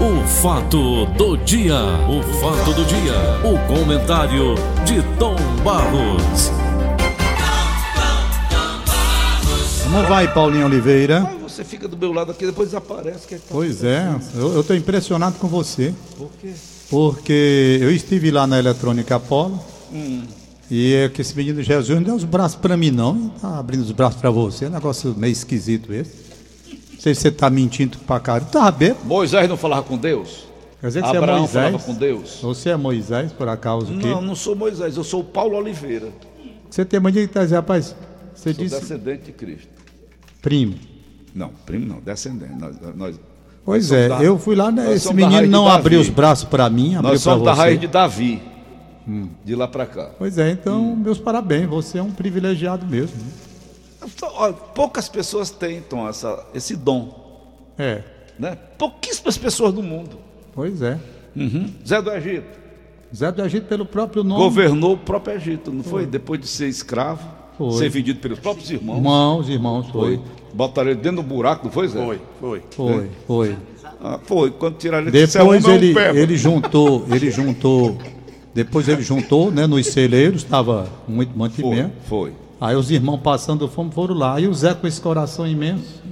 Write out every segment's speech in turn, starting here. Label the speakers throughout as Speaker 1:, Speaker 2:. Speaker 1: O fato do dia, o fato do dia, o comentário de Tom Barros.
Speaker 2: Como vai, Paulinho Oliveira?
Speaker 3: Aí você fica do meu lado aqui, depois desaparece. Que é que tá
Speaker 2: Pois é, eu estou impressionado com você,
Speaker 3: Por quê?
Speaker 2: porque eu estive lá na Eletrônica Apolo
Speaker 3: Hum.
Speaker 2: e é que esse menino Jesus não deu os braços para mim, não. Tá abrindo os braços para você, é um negócio meio esquisito esse. Não sei se você tá mentindo pra cara. Tá bêbado.
Speaker 3: Moisés não falava com Deus?
Speaker 2: Quer dizer que
Speaker 3: Abraão
Speaker 2: você é
Speaker 3: falava
Speaker 2: Moisés?
Speaker 3: com Deus?
Speaker 2: Você é Moisés, por acaso? o quê?
Speaker 3: Não, não sou Moisés, eu sou o Paulo Oliveira.
Speaker 2: Você tem mania de trazer, rapaz. Você
Speaker 3: Sou
Speaker 2: disse
Speaker 3: descendente de Cristo.
Speaker 2: primo.
Speaker 3: Não, primo não, descendente. Nós, nós,
Speaker 2: Pois
Speaker 3: somos
Speaker 2: é,
Speaker 3: da-
Speaker 2: eu fui lá, né?
Speaker 3: nós
Speaker 2: Esse
Speaker 3: somos da
Speaker 2: menino
Speaker 3: raiz de
Speaker 2: não
Speaker 3: Davi.
Speaker 2: abriu os braços para mim, abriu
Speaker 3: nós
Speaker 2: para
Speaker 3: somos da
Speaker 2: você.
Speaker 3: raiz de Davi, de lá pra cá.
Speaker 2: Pois é,
Speaker 3: Hum.
Speaker 2: então, meus parabéns, você é um privilegiado mesmo. né?
Speaker 3: Então, ó, poucas pessoas têm, então, essa, esse dom.
Speaker 2: É,
Speaker 3: Né? Pouquíssimas pessoas no mundo.
Speaker 2: pois é.
Speaker 3: Zé do Egito
Speaker 2: Zé do Egito, pelo próprio nome,
Speaker 3: governou o próprio Egito, não foi? Depois de ser escravo,
Speaker 2: Foi.
Speaker 3: ser vendido pelos próprios irmãos.
Speaker 2: irmãos, irmãos,
Speaker 3: Foi.
Speaker 2: foi,
Speaker 3: Botaram ele dentro do buraco, não foi, Zé?
Speaker 4: Foi, foi.
Speaker 2: foi, foi.
Speaker 3: Ah, foi, quando tiraram ele disse, "É
Speaker 2: Depois
Speaker 3: um, é um
Speaker 2: ele,
Speaker 3: pé".
Speaker 2: ele juntou, ele juntou, depois ele juntou, né, nos celeiros, estava muito
Speaker 3: Foi,
Speaker 2: mantimento.
Speaker 3: foi.
Speaker 2: Aí os irmãos passando fome foram lá. E o Zé com esse coração imenso.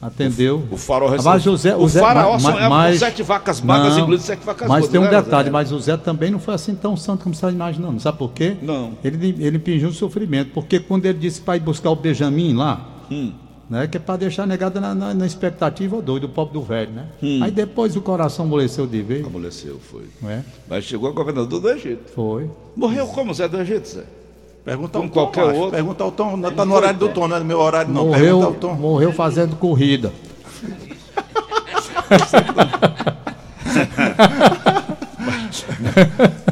Speaker 2: Atendeu.
Speaker 3: Uhum. O farol recebeu-
Speaker 2: mas o Zé,
Speaker 3: O faraó
Speaker 2: ma-
Speaker 3: sonhava
Speaker 2: ma-
Speaker 3: com
Speaker 2: mas-
Speaker 3: sete vacas magras, incluindo sete vacas
Speaker 2: Mas
Speaker 3: gordas,
Speaker 2: tem um
Speaker 3: não era,
Speaker 2: detalhe,
Speaker 3: Zé?
Speaker 2: mas o Zé também não foi assim tão santo como você está imaginando. Sabe por quê?
Speaker 3: Não.
Speaker 2: Ele, ele impingiu o sofrimento. Porque quando ele disse para ir buscar o Benjamin lá,
Speaker 3: Hum.
Speaker 2: né, que é para deixar a negada na, na, na expectativa doido, o pobre do velho, né?
Speaker 3: Hum.
Speaker 2: Aí depois o coração amoleceu de
Speaker 3: Tá
Speaker 2: vez.
Speaker 3: Amoleceu, foi.
Speaker 2: Não é?
Speaker 3: Mas chegou a governador do Egito.
Speaker 2: Foi.
Speaker 3: Morreu como Zé do Egito, Zé?
Speaker 4: Pergunta
Speaker 3: Como
Speaker 4: ao
Speaker 3: qualquer
Speaker 4: Tom, macho.
Speaker 3: outro.
Speaker 4: Pergunta ao Tom. Não,
Speaker 3: Ele
Speaker 4: tá no
Speaker 3: foi,
Speaker 4: horário
Speaker 3: é.
Speaker 4: do Tom, não é no meu horário, não. Pergunta ao
Speaker 2: morreu,
Speaker 4: Tom.
Speaker 2: morreu fazendo corrida.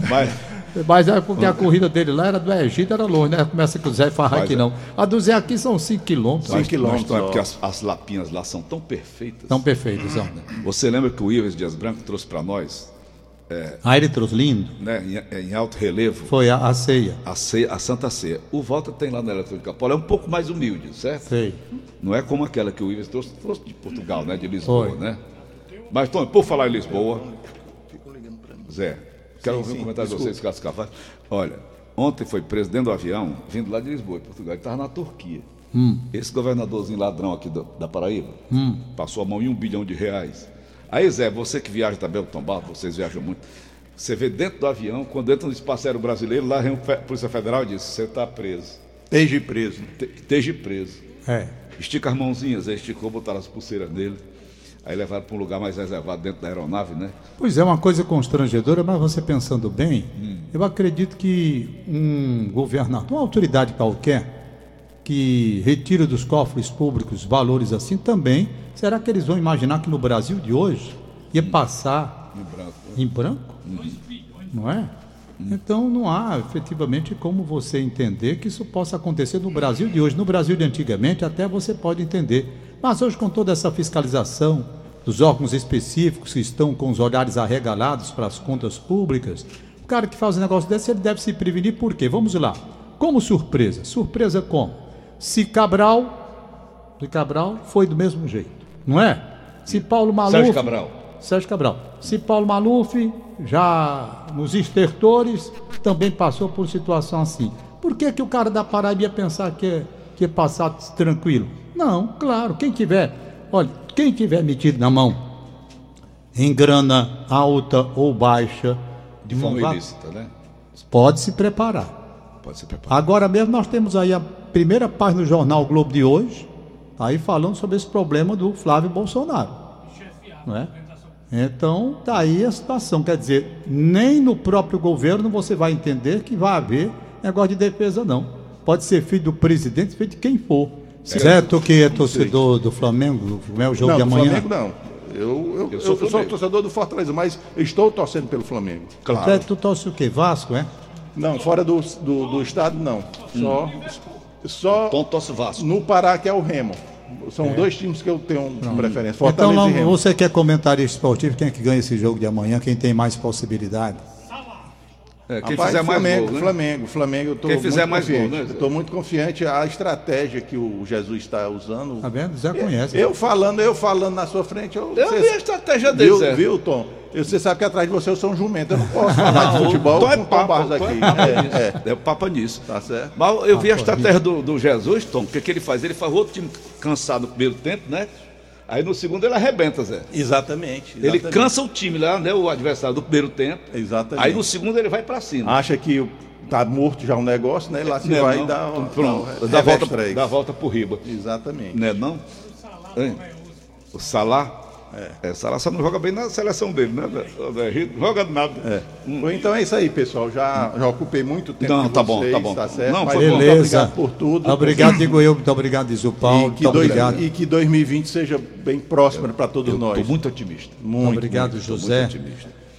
Speaker 3: Mas,
Speaker 2: Mas é porque a corrida dele lá era do Egito, era longe, né? Começa com o Zé Farra
Speaker 3: Mas
Speaker 2: aqui
Speaker 3: é.
Speaker 2: não. A do Zé aqui são 5 quilômetros.
Speaker 3: mas-
Speaker 4: quilômetros,
Speaker 3: mas não é
Speaker 4: ó.
Speaker 3: porque as, as lapinhas lá são tão perfeitas.
Speaker 2: Tão perfeitos, são. né?
Speaker 3: Você lembra que o Ives Dias Branco trouxe para nós,
Speaker 2: Aí ele trouxe lindo.
Speaker 3: né, em, em alto relevo,
Speaker 2: Foi a, a ceia.
Speaker 3: a, ceia- a Santa Ceia. O Walter tem lá na Eletrônica Paula, é um pouco mais humilde, certo?
Speaker 2: Sei.
Speaker 3: Não é como aquela que o Ives trouxe, trouxe de Portugal, né? De Lisboa,
Speaker 2: Foi.
Speaker 3: né? Mas, Tom, por falar em Lisboa. Zé, quero ouvir um comentário de vocês, Cássio Carvalho. Olha, ontem foi preso dentro do avião, vindo lá de Lisboa, de Portugal. Ele estava na Turquia. Esse governadorzinho ladrão aqui do- da Paraíba passou a mão em um bilhão de reais. Aí, Zé, você que viaja também, o Tom Barro, vocês viajam muito. Você vê dentro do avião, quando entra no espaço aéreo brasileiro, lá vem o fe- Polícia Federal e diz: você está preso.
Speaker 4: Esteja preso.
Speaker 3: Te- Esteja preso.
Speaker 2: É.
Speaker 3: Estica as mãozinhas, aí esticou, botaram as pulseiras nele. Aí levaram para um lugar mais reservado dentro da aeronave, né?
Speaker 2: Pois é, uma coisa constrangedora, mas você pensando bem,
Speaker 3: Hum.
Speaker 2: eu acredito que um governador, uma autoridade qualquer, que retira dos cofres públicos valores assim também, será que eles vão imaginar que no Brasil de hoje ia
Speaker 3: Hum.
Speaker 2: passar
Speaker 3: No branco.
Speaker 2: em branco? Não é? Então não há efetivamente como você entender que isso possa acontecer no Brasil de hoje. No Brasil de antigamente até você pode entender. Mas hoje com toda essa fiscalização dos órgãos específicos que estão com os olhares arregalados para as contas públicas, o cara que faz um negócio desse ele deve se prevenir por quê? Vamos lá. Como surpresa? Surpresa como? Se Cabral, de Cabral foi do mesmo jeito, não é? Se Paulo Maluf,
Speaker 3: Sérgio Cabral.
Speaker 2: Sérgio Cabral. Se Paulo Maluf, já nos estertores, também passou por situação assim. Por que, que o cara da Paraíba ia pensar que é, que é passar tranquilo? Não, claro, quem tiver, olha, quem tiver metido na mão em grana alta ou baixa,
Speaker 3: De forma
Speaker 2: não vá-
Speaker 3: ilícita, né?
Speaker 2: pode se preparar.
Speaker 3: Pode ser preparado.
Speaker 2: Agora mesmo nós temos aí a primeira página do jornal o Globo de hoje, tá aí falando sobre esse problema do Flávio Bolsonaro. Não é? Então, tá aí a situação. Quer dizer, nem no próprio governo você vai entender que vai haver negócio de defesa, não. Pode ser filho do presidente, filho de quem for. Certo que é torcedor do Flamengo, como é o jogo
Speaker 4: não,
Speaker 2: de
Speaker 4: do
Speaker 2: amanhã?
Speaker 4: Flamengo não. Eu, eu,
Speaker 3: Eu
Speaker 4: eu
Speaker 3: sou
Speaker 4: sou,
Speaker 3: Flamengo.
Speaker 4: torcedor do Fortaleza, mas estou torcendo pelo Flamengo.
Speaker 2: Até tu torce o quê? Vasco, é?
Speaker 4: Não, fora do, do, do estado, não. Só, só
Speaker 3: Tom Tosso Vasco.
Speaker 4: no Pará, que é o Remo. São dois times que eu tenho preferência.
Speaker 2: Então,
Speaker 4: Fortaleza
Speaker 2: É. não,
Speaker 4: e Remo.
Speaker 2: você que é comentarista esportivo, quem é que ganha esse jogo de amanhã? Quem tem mais possibilidade?
Speaker 3: É, quem
Speaker 4: Rapaz,
Speaker 3: fizer mais
Speaker 4: Flamengo,
Speaker 3: gol, né?
Speaker 4: Flamengo, Flamengo, eu tô
Speaker 3: Quem
Speaker 4: muito
Speaker 3: fizer mais gol,
Speaker 4: confiante.
Speaker 3: né, Zé?
Speaker 4: Eu tô muito confiante a estratégia que o Jesus está usando.
Speaker 2: Tá vendo? Já conhece.
Speaker 4: Eu falando, eu falando na sua frente, eu,
Speaker 3: Eu
Speaker 4: cê-
Speaker 3: vi a estratégia é. dele,
Speaker 4: viu,
Speaker 3: Zé.
Speaker 4: viu, Tom? Eu- Você sabe que atrás de você eu sou um jumento, eu não posso falar de futebol
Speaker 3: Tom é
Speaker 4: com Tom
Speaker 3: papa,
Speaker 4: Barros
Speaker 3: Tom
Speaker 4: aqui.
Speaker 3: é papa nisso.
Speaker 4: É, é,
Speaker 3: É o papa nisso.
Speaker 4: tá certo?
Speaker 3: Mas eu vi a estratégia do, do Jesus, Tom, porque o que ele faz? Ele faz o outro time cansado no primeiro tempo, né? Aí no segundo ele arrebenta, Zé.
Speaker 4: Exatamente.
Speaker 3: Ele
Speaker 4: exatamente.
Speaker 3: cansa o time lá, né? O adversário do primeiro tempo.
Speaker 4: Exatamente.
Speaker 3: Aí no segundo ele vai pra cima.
Speaker 4: Acha que tá morto já o negócio, né? Lá se
Speaker 3: Né,
Speaker 4: vai
Speaker 3: não?
Speaker 4: e dá
Speaker 3: Pronto, dá,
Speaker 4: é dá
Speaker 3: a volta,
Speaker 4: três.
Speaker 3: dá a volta pro riba.
Speaker 4: Exatamente.
Speaker 3: Né não? Hein? O Salá? É. o Salá só não joga bem na seleção dele, né? velho? O Henrique Não joga nada.
Speaker 4: É. Bom, Então é isso aí, pessoal. Já, já ocupei muito tempo.
Speaker 3: Não,
Speaker 4: de
Speaker 3: tá bom,
Speaker 4: vocês,
Speaker 3: tá bom.
Speaker 4: Tá certo?
Speaker 3: Não,
Speaker 4: Mas
Speaker 3: foi bom.
Speaker 4: muito
Speaker 2: Beleza.
Speaker 4: Obrigado por tudo.
Speaker 2: Obrigado, digo eu. Muito obrigado, diz o Paulo.
Speaker 3: Então,
Speaker 4: E que,
Speaker 2: Muito
Speaker 4: dois-
Speaker 2: obrigado.
Speaker 4: e que 2020 seja bem próspero para todos
Speaker 3: Eu
Speaker 4: nós.
Speaker 3: tô muito otimista. Então,
Speaker 4: Muito,
Speaker 2: obrigado,
Speaker 4: muito.
Speaker 2: José.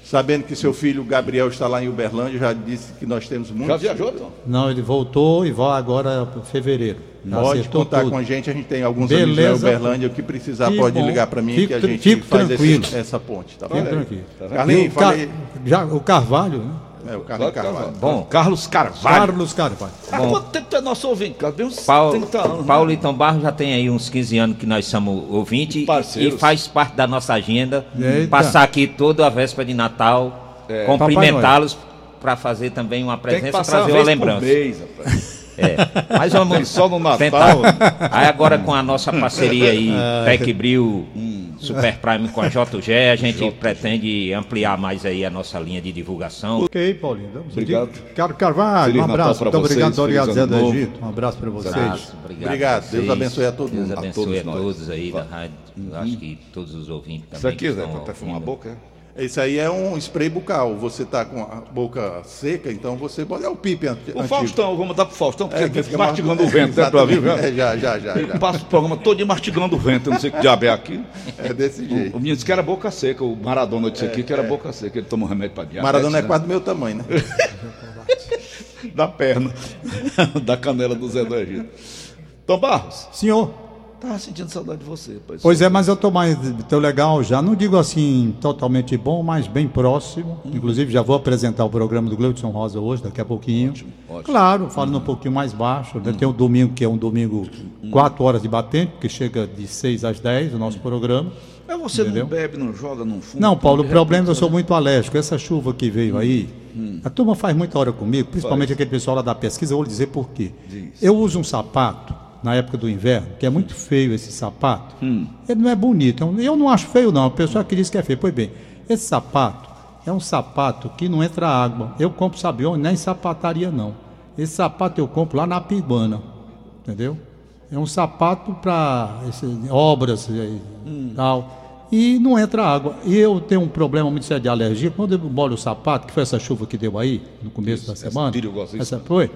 Speaker 4: Sabendo que seu filho Gabriel está lá em Uberlândia, já disse que nós temos muito.
Speaker 3: Já viajou, né? então? Tom?
Speaker 2: Não, ele voltou e vai agora para fevereiro. Já
Speaker 4: Pode
Speaker 2: acertou
Speaker 4: contar
Speaker 2: tudo.
Speaker 4: com a gente, a gente tem alguns amigos
Speaker 2: Beleza.
Speaker 4: lá em Uberlândia, o que precisar
Speaker 2: Que
Speaker 4: pode
Speaker 2: bom.
Speaker 4: ligar para mim
Speaker 2: Fico
Speaker 4: que a
Speaker 2: tran-
Speaker 4: gente
Speaker 2: fico
Speaker 4: faz esse-
Speaker 2: tranquilo.
Speaker 4: essa ponte, tá bom?
Speaker 2: Fique tranquilo. E
Speaker 4: Carlinhos,
Speaker 2: o, Car-
Speaker 4: falei.
Speaker 2: já, o Carvalho, né?
Speaker 4: É, o Carlinhos Carvalho.
Speaker 5: Bom,
Speaker 3: Carlos Carvalho.
Speaker 2: Carlos Carvalho.
Speaker 3: Há quanto tempo tu é nosso ouvinte, Carlos? Tem uns
Speaker 5: Paulo,
Speaker 3: 30 anos. né?
Speaker 5: Paulo e Tom Barros já tem aí uns 15 anos que nós somos ouvintes e
Speaker 3: Parceiros.
Speaker 5: faz parte da nossa agenda
Speaker 2: Eita.
Speaker 5: passar aqui toda a véspera de Natal, cumprimentá-los para fazer também uma
Speaker 3: É. Tem que
Speaker 5: presença,
Speaker 3: passar uma
Speaker 5: trazer
Speaker 3: vez
Speaker 5: uma
Speaker 3: por
Speaker 5: lembrança.
Speaker 3: mês, rapaz.
Speaker 5: É. Mas vamos
Speaker 3: só no Natal.
Speaker 5: tentar. Aí agora com a nossa parceria aí, Tec Bril, um Super Prime com a JG, a gente pretende ampliar mais aí a nossa linha de divulgação.
Speaker 2: Ok, Paulinho. Vamos
Speaker 3: Obrigado.
Speaker 2: Carlos Carvalho,
Speaker 3: Feliz
Speaker 2: um
Speaker 3: Natal
Speaker 2: abraço.
Speaker 3: pra
Speaker 2: Muito
Speaker 3: vocês,
Speaker 2: obrigado, obrigado,
Speaker 3: feliz
Speaker 2: Zé
Speaker 3: ano
Speaker 2: do
Speaker 3: novo.
Speaker 2: Egito. Um açbraço para vocês.
Speaker 5: Abraço, obrigado.
Speaker 4: Obrigado.
Speaker 5: a
Speaker 4: Deus
Speaker 5: vocês.
Speaker 4: abençoe a todo
Speaker 5: Deus
Speaker 4: mundo.
Speaker 3: A
Speaker 5: abençoe a
Speaker 3: todos nós.
Speaker 5: todos, aí da rádio. Eu Acho que todos os ouvintes também.
Speaker 3: Isso aqui,
Speaker 5: que
Speaker 3: Zé,
Speaker 5: estão
Speaker 3: pra fumar a
Speaker 5: ouvindo.
Speaker 3: boca, é?
Speaker 4: Isso aí é um spray bucal. Você está com a boca seca, então você pode. É o pipe ant-
Speaker 3: O
Speaker 4: antigo.
Speaker 3: Faustão, vou mandar pro Faustão, porque
Speaker 4: É,
Speaker 3: ele
Speaker 4: que
Speaker 3: fica
Speaker 4: fica
Speaker 3: mastigando o
Speaker 4: mais-
Speaker 3: vento, né, pra mim,
Speaker 4: Exatamente.
Speaker 3: né?
Speaker 4: É, já, já, já.
Speaker 3: Ele
Speaker 4: já.
Speaker 3: passa o programa todo dia mastigando o vento, eu não sei que diabo é aquilo.
Speaker 4: É desse
Speaker 3: O
Speaker 4: jeito.
Speaker 3: menino disse que era boca seca, o Maradona disse aqui que era boca seca, ele toma um remédio pra diabetes.
Speaker 4: Maradona é
Speaker 3: né?
Speaker 4: quase do meu tamanho, né?
Speaker 3: Da perna, da canela do Zé do Egito. Tom Barros,
Speaker 2: Senhor,
Speaker 3: tava sentindo saudade de você, pai.
Speaker 2: pois é, mas eu estou mais tô legal já. Não digo assim totalmente bom, mas bem próximo.
Speaker 3: Uhum.
Speaker 2: Inclusive, já vou apresentar o programa do Gleudson Rosa hoje, daqui a pouquinho.
Speaker 3: ótimo. Uhum.
Speaker 2: Claro, falando um pouquinho mais baixo. né? Tem o domingo, que é um domingo 4 horas de batente, que chega de 6 às 10, o nosso
Speaker 3: Uhum.
Speaker 2: programa.
Speaker 3: Mas você
Speaker 2: Entendeu?
Speaker 3: não bebe, não joga, não fuma.
Speaker 2: Não, Paulo, o
Speaker 3: de
Speaker 2: problema é que eu
Speaker 3: repente, né? Hum.
Speaker 2: sou muito alérgico. Essa chuva que veio aí, a turma faz muita hora comigo, principalmente aquele pessoal lá da pesquisa, eu vou lhe dizer por quê. Eu uso um sapato na época do inverno, que é
Speaker 3: Hum.
Speaker 2: muito feio esse sapato. Ele não é bonito. eu- Eu não acho feio, não. A pessoa que diz que é feio. Pois bem, esse sapato é um sapato que não entra água. Eu compro, sabe onde? Nem em sapataria, não. Esse sapato eu compro lá na Pibana, entendeu? É um sapato para obras e tal. E não entra água. E eu tenho um problema muito sério de alergia. Quando eu molho o sapato, que foi essa chuva que deu aí, no começo da semana.
Speaker 3: perigosíssima.
Speaker 2: Essa foi.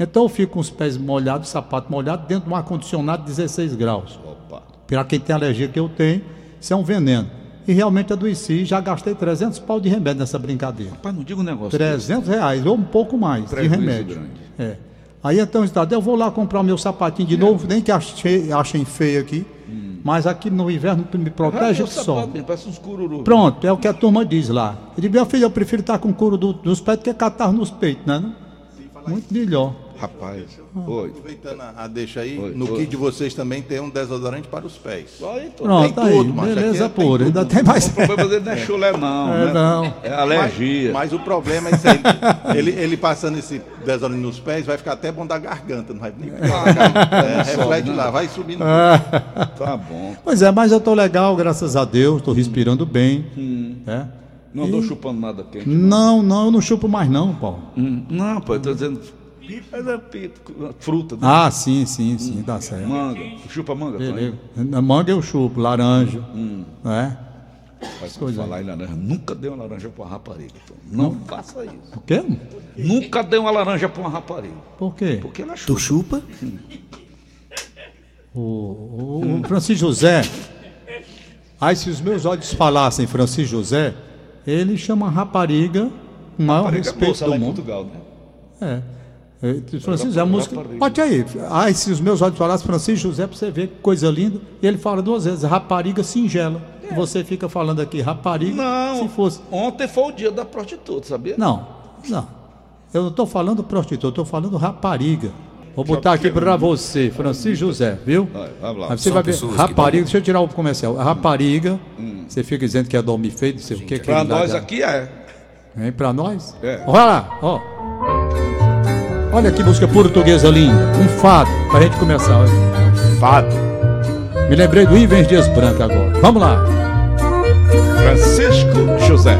Speaker 2: Então eu fico com os pés molhados, sapato molhado, dentro de um ar-condicionado de 16 graus.
Speaker 3: Opa.
Speaker 2: Para quem tem alergia que eu tenho, isso é um veneno. E realmente adoeci, já gastei 300 pau de remédio nessa brincadeira.
Speaker 3: Rapaz, não diga um negócio.
Speaker 2: 300 reais, ou um pouco mais, de
Speaker 3: Prejuízo
Speaker 2: remédio.
Speaker 3: grande.
Speaker 2: É. Aí então, Estado, eu vou lá comprar meu sapatinho de novo, nem que achei, achem feio aqui,
Speaker 3: Hum.
Speaker 2: mas aqui no inverno
Speaker 3: Ah,
Speaker 2: me protege
Speaker 3: Protege
Speaker 2: o sol.
Speaker 3: Parece uns cururu.
Speaker 2: Pronto, é o que a turma diz lá. Ele diz, meu filho, eu prefiro estar com couro do, dos pés do que catarro nos peitos, né? não? Muito melhor.
Speaker 3: Rapaz, oi.
Speaker 4: Aproveitando a, a deixa aí,
Speaker 3: Oi,
Speaker 4: no
Speaker 3: oi.
Speaker 4: kit de vocês também tem um desodorante para os pés.
Speaker 3: Olha, Tom.
Speaker 2: Pronto, aí,
Speaker 4: tudo, macho,
Speaker 2: beleza
Speaker 4: aqui tem
Speaker 2: pura, ainda tem mais.
Speaker 3: O problema dele é não é chulé, não.
Speaker 2: É,
Speaker 3: né?
Speaker 2: não.
Speaker 3: É alergia.
Speaker 4: Mas, mas o problema é isso aí. ele, ele passando esse desodorante nos pés vai ficar até bom da garganta, não vai nem pegar a garganta. É, reflete lá, vai subindo.
Speaker 3: Tá bom.
Speaker 2: Pois é, mas eu estou legal, graças a Deus, estou respirando bem. né?
Speaker 3: Hum. Não andou chupando nada quente.
Speaker 2: Não, não, eu não chupo mais não, Paulo.
Speaker 3: Hum, Não, pô, eu tô dizendo. Mas é pipa, fruta, né?
Speaker 2: Ah, sim, sim, sim, dá certo.
Speaker 3: manga. Chupa manga, tá
Speaker 2: Beleza. Na manga eu chupo, laranja,
Speaker 3: Hum.
Speaker 2: né?
Speaker 3: Faz
Speaker 2: coisas.
Speaker 3: falar em laranja. Nunca dei uma laranja pra uma rapariga, Tom. Não faça isso.
Speaker 2: O quê?
Speaker 3: Nunca dei uma laranja pra uma rapariga.
Speaker 2: Por quê?
Speaker 3: Porque ela chupa.
Speaker 6: Tu chupa?
Speaker 2: O, o- o Francisco José. Aí se os meus olhos falassem Francisco José, ele chama a rapariga com o maior
Speaker 3: Rapariga é
Speaker 2: respeito
Speaker 3: moça lá
Speaker 2: do
Speaker 3: em
Speaker 2: mundo.
Speaker 3: Portugal, né?
Speaker 2: É. É, Francisco José, a música.
Speaker 3: rapariga.
Speaker 2: Bate aí. Aí se os meus olhos falassem Francisco José, pra você ver que coisa linda. E ele fala duas vezes, rapariga singela. E Você fica falando aqui, rapariga,
Speaker 3: É. Não.
Speaker 2: se fosse.
Speaker 3: Ontem foi o dia da prostituta, sabia?
Speaker 2: Não, não. Eu não estou falando prostituta, estou falando rapariga. Vou botar aqui para você, Francisco José, viu?
Speaker 3: é Vai, vamos lá.
Speaker 2: Aí você
Speaker 3: São
Speaker 2: vai ver,
Speaker 6: pessoas que
Speaker 2: rapariga, deixa eu tirar o comercial. A rapariga, você fica dizendo que é dormir feio, não sei o que.
Speaker 3: Para Hum. nós aqui é.
Speaker 2: Vem pra nós?
Speaker 3: É.
Speaker 2: Olha lá, ó. Olha que música portuguesa linda. Um fado, pra gente começar. Olha.
Speaker 3: É um
Speaker 2: Fado. Me lembrei do Ivens Dias Branco agora. Vamos lá.
Speaker 3: Francisco José.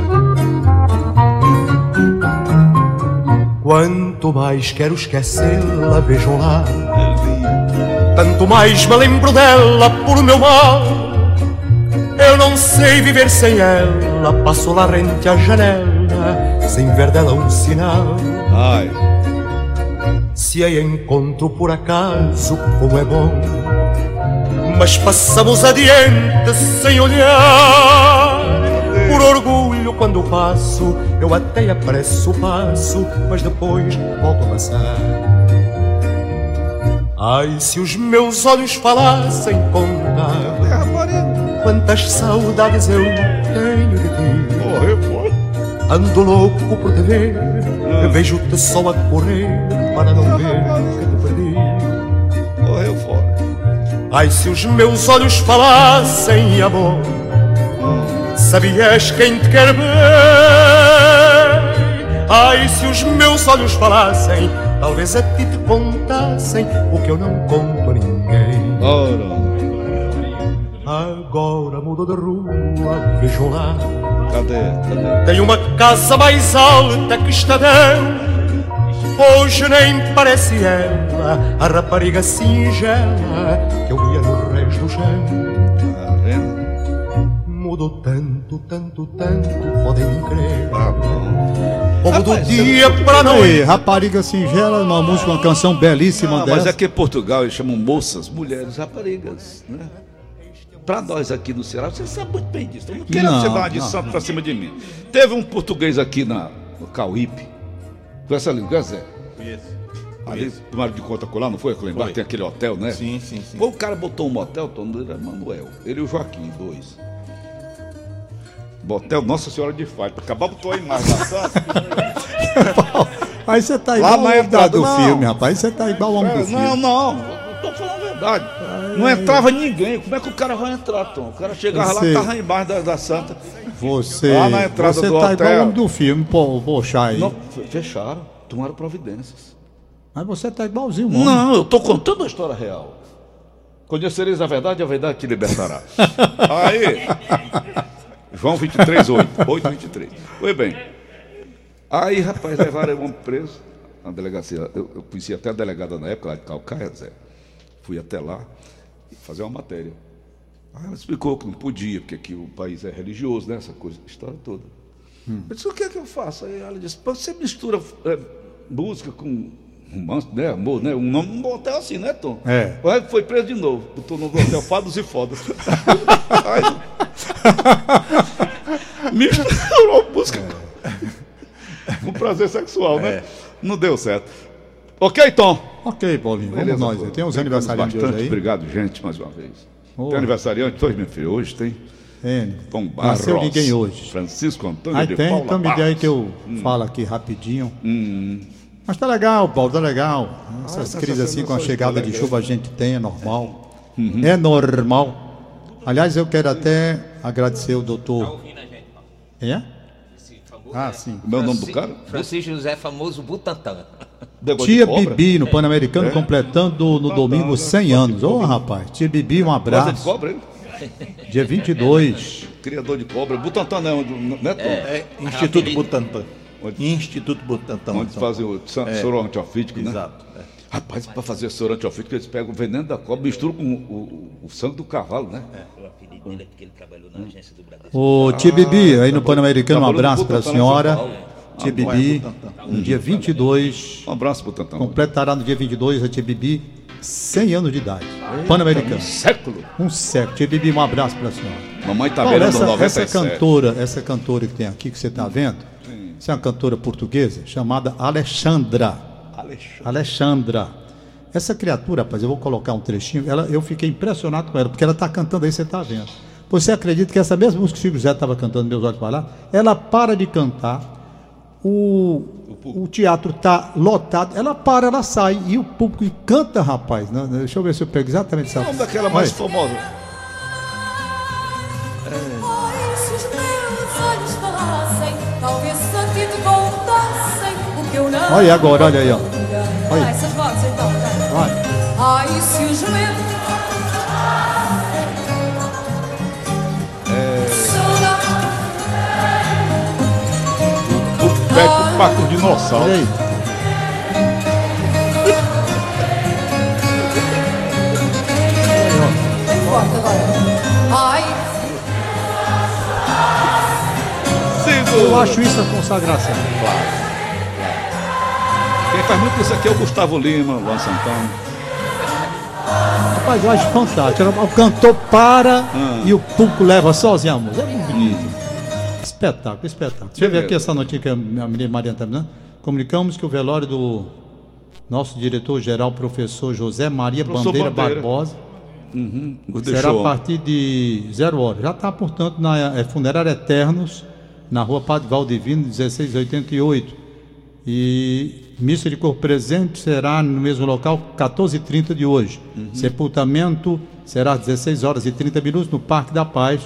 Speaker 7: Quanto mais quero esquecê-la, vejam lá. Tanto mais me lembro dela por meu mal. Eu não sei viver sem ela, passo lá rente à janela, sem ver dela um sinal.
Speaker 3: Ai,
Speaker 7: Se a encontro por acaso, como é bom. Mas passamos adiante sem olhar. Por orgulho, quando passo, eu até apresso o passo, mas depois volto a passar. Ai, se os meus olhos falassem contar quantas saudades eu tenho de ti.
Speaker 3: morreu, pô.
Speaker 7: Ando louco por te ver,
Speaker 3: Ah.
Speaker 7: vejo-te só a correr para não ver que te perdi.
Speaker 3: Morreu fora.
Speaker 7: Ai, se os meus olhos falassem amor,
Speaker 3: Ah.
Speaker 7: sabias quem te quer bem. Ai, se os meus olhos falassem, talvez a ti te contassem o que eu não conto a ninguém.
Speaker 3: Ora,
Speaker 7: Agora mudou de rua, vejam lá,
Speaker 3: cadê? Cadê?
Speaker 7: tem uma casa mais alta que está dentro. Hoje nem parece ela, a rapariga singela que eu via no reis do chão.
Speaker 3: Tá vendo?
Speaker 7: Mudou tanto, tanto, tanto, podem crer.
Speaker 3: Tá bom.
Speaker 7: Como do
Speaker 3: Rapaz,
Speaker 7: dia pra
Speaker 2: Oi,
Speaker 7: noite.
Speaker 2: rapariga singela, uma música, uma canção belíssima
Speaker 3: Ah, mas
Speaker 2: dessa.
Speaker 3: aqui em Portugal eles chamam moças, mulheres, raparigas, né? Para nós aqui no Ceará, você sabe muito bem disso. Eu não quero
Speaker 2: Não,
Speaker 3: você falar de
Speaker 2: não.
Speaker 3: santo para cima de mim. Teve um português aqui na, no Cauípe, com essa língua, conhece? Zé? Ali, tomaram de conta colar, não foi? Colembar, tem aquele hotel, né?
Speaker 4: Sim, sim, sim.
Speaker 3: Pô, o cara botou um motel, o nome dele era Manuel. Ele e o Joaquim, dois. Motel Nossa Senhora de Fátima. Pra acabar, botou a imagem lá. sabe?
Speaker 2: Aí você tá
Speaker 3: Lá
Speaker 2: igual o
Speaker 3: na
Speaker 2: homem da-
Speaker 3: entrada,
Speaker 2: do
Speaker 3: não.
Speaker 2: filme, rapaz. Você tá igual o homem do filme.
Speaker 3: É, Não, não, não tô falando a verdade. Não entrava ninguém. Como é que o cara vai entrar, Tom? O cara chegava lá,
Speaker 2: Sei.
Speaker 3: tava embaixo da, da santa.
Speaker 2: Você,
Speaker 3: Lá na entrada
Speaker 2: você
Speaker 3: do
Speaker 2: tá igual o
Speaker 3: hotel.
Speaker 2: homem do filme, pô, poxa aí.
Speaker 3: Não, fe- fecharam, tomaram providências.
Speaker 2: Mas você tá igualzinho, o homem.
Speaker 3: Não, eu tô contando a história real. Conhecereis a verdade, a verdade te libertará. Aí, João 23, 8, 8, 23. Foi bem. Aí, rapaz, levaram um preso na delegacia. Eu, eu conheci até a delegada na época, lá de Calcaia, Zé. Fui até lá fazer uma matéria. Aí ela explicou que não podia, porque aqui o país é religioso, né? Essa coisa, história toda. Eu disse, o que é que eu faço? Aí ela disse, "Pô, você mistura é, música com romance, né? Amor, né? Um nome um hotel assim, né, Tom?
Speaker 2: É.
Speaker 3: Aí foi preso de novo. Botou no hotel Fados e Fodas. Aí, misturou música com prazer sexual,
Speaker 2: É.
Speaker 3: né? Não deu certo. Ok, Tom?
Speaker 2: Ok, Paulinho, vamos
Speaker 3: Beleza,
Speaker 2: nós.
Speaker 3: pô.
Speaker 2: Tem uns
Speaker 3: Brincamos
Speaker 2: aniversariantes de hoje
Speaker 3: bastante.
Speaker 2: aí.
Speaker 3: Obrigado, gente, mais uma vez.
Speaker 2: Oh.
Speaker 3: Tem aniversariante hoje, meu filho? Hoje tem
Speaker 2: N.
Speaker 3: Tom Barros.
Speaker 2: Nasceu ninguém hoje.
Speaker 3: Francisco Antônio
Speaker 2: Aí
Speaker 3: de
Speaker 2: tem,
Speaker 3: Paula
Speaker 2: então me dê aí
Speaker 3: Barros.
Speaker 2: que eu
Speaker 3: Hum.
Speaker 2: falo aqui rapidinho. Mas tá legal, Paulo, tá legal. Essas crises assim com a chegada de chuva a gente tem, é normal.
Speaker 3: Uhum.
Speaker 2: É normal. Aliás, eu quero até agradecer o doutor.
Speaker 5: Tá ouvindo a gente, Paulo?
Speaker 2: É?
Speaker 5: Esse famoso,
Speaker 2: Ah,
Speaker 5: né?
Speaker 2: sim.
Speaker 3: Como é o nome do
Speaker 5: Franci-
Speaker 3: cara?
Speaker 5: Francisco José, famoso Butantan.
Speaker 3: Negócio de
Speaker 2: Tia
Speaker 3: cobra? É. Ah,
Speaker 2: Bibi, no Pan-Americano, completando no domingo
Speaker 3: tá.
Speaker 2: 100 anos. Ô, rapaz, Tia Bibi, um
Speaker 3: Gosta de
Speaker 2: abraço.
Speaker 3: cobra, ele?
Speaker 2: Dia 22.
Speaker 3: Criador de cobra. Butantan não, não é Tom?
Speaker 4: É Instituto
Speaker 5: Rapidinho.
Speaker 4: Butantan.
Speaker 3: Onde-
Speaker 4: Instituto Butantan.
Speaker 3: Onde
Speaker 2: É.
Speaker 4: São
Speaker 3: fazem o san- soro antiofítico, né?
Speaker 4: Exato. é.
Speaker 3: Rapaz, para fazer soro antiofítico, eles pegam o veneno da cobra, misturam com o, o- o sangue do cavalo, né?
Speaker 5: O apelido dele é porque ele trabalhou na agência do Bradesco.
Speaker 3: Ah,
Speaker 2: Ô, Tia Bibi,
Speaker 3: tá
Speaker 2: aí no Pan-Americano, um
Speaker 3: Trabalhou no
Speaker 2: abraço pra
Speaker 3: Butantan,
Speaker 2: senhora.
Speaker 3: lá em São Paulo. Ah,
Speaker 2: Tia
Speaker 4: Agora é
Speaker 3: então
Speaker 2: Bibi,
Speaker 3: tá,
Speaker 4: Butantan.
Speaker 2: no dia 22.
Speaker 3: Um abraço, Butantan.
Speaker 2: Completará no dia 22 a Tia Bibi 100 anos de idade. Pan-Americano.
Speaker 3: Um século.
Speaker 2: Um século. Tia Bibi, um abraço pra senhora.
Speaker 3: Mamãe tá
Speaker 2: Paulo,
Speaker 3: beirando
Speaker 2: essa,
Speaker 3: 97.
Speaker 2: essa cantora, essa cantora que tem aqui, que você tá vendo, essa é uma cantora portuguesa chamada Alexandra.
Speaker 3: Alexandre.
Speaker 2: Alexandra. Essa criatura, rapaz, eu vou colocar um trechinho. Ela, eu fiquei impressionado com ela, porque ela está cantando aí, você está vendo. Você acredita que essa mesma música que o Chico José estava cantando, Meus Olhos para lá, ela para de cantar, o, o teatro tá lotado, ela para, ela sai, e o público e canta, rapaz. Né? Deixa eu ver se eu pego exatamente essa.
Speaker 3: O nome daquela mais
Speaker 2: Olha.
Speaker 3: famosa.
Speaker 6: Pois os meus olhos falassem, talvez a ti te voltassem, o que eu não.
Speaker 2: Olha aí agora, olha aí, ó. Olha.
Speaker 6: Vai, essas vozes então. vai.
Speaker 2: Vai.
Speaker 6: Ai, se os meus. Saudade,
Speaker 3: O Peco Paco Dinossauro.
Speaker 2: Olha aí.
Speaker 6: bem forte agora. Ai,
Speaker 2: Eu acho isso a consagração.
Speaker 3: Quem faz muito isso aqui é o Gustavo Lima, o Luan Santana.
Speaker 2: Rapaz, eu acho fantástico. Era- O cantor para e o público leva sozinho a música. É muito bonito. Espetáculo, espetáculo. Deixa eu ver aqui essa notícia que a menina Mariana está me dando. Comunicamos que o velório do nosso diretor-geral, professor José Maria
Speaker 3: Professor
Speaker 2: Bandeira,
Speaker 3: Bandeira.
Speaker 2: Barbosa,
Speaker 3: Nos
Speaker 2: será
Speaker 3: deixou
Speaker 2: a
Speaker 3: ontem.
Speaker 2: partir de zero hora. Já está, portanto, na é, Funerária Eternos, na rua Padre Valdivino, 1688. E missa de corpo presente será no mesmo local, 14h30 de hoje.
Speaker 3: Uhum.
Speaker 2: Sepultamento será às 16 horas e 30 minutos no Parque da Paz.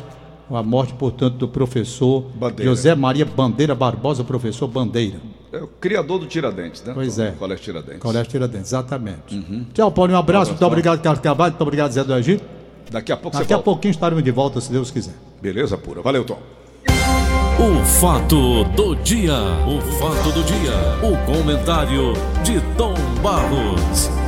Speaker 2: A morte, portanto, do professor
Speaker 3: Bandeira.
Speaker 2: José Maria Bandeira Barbosa, professor Bandeira.
Speaker 3: É o criador do Tiradentes, né?
Speaker 2: Pois
Speaker 3: Do
Speaker 2: é.
Speaker 3: Colégio Tiradentes.
Speaker 2: Colégio Tiradentes, exatamente.
Speaker 3: Uhum.
Speaker 2: Tchau, Paulinho. Um abraço. Muito obrigado, Carlos Carvalho. Muito obrigado, Zé do Egito.
Speaker 3: Daqui a pouco
Speaker 2: Daqui
Speaker 3: você
Speaker 2: a
Speaker 3: volta.
Speaker 2: pouquinho estaremos de volta, se Deus quiser.
Speaker 3: Beleza pura. Valeu, Tom.
Speaker 1: O fato do dia, o fato do dia, o comentário de Tom Barros.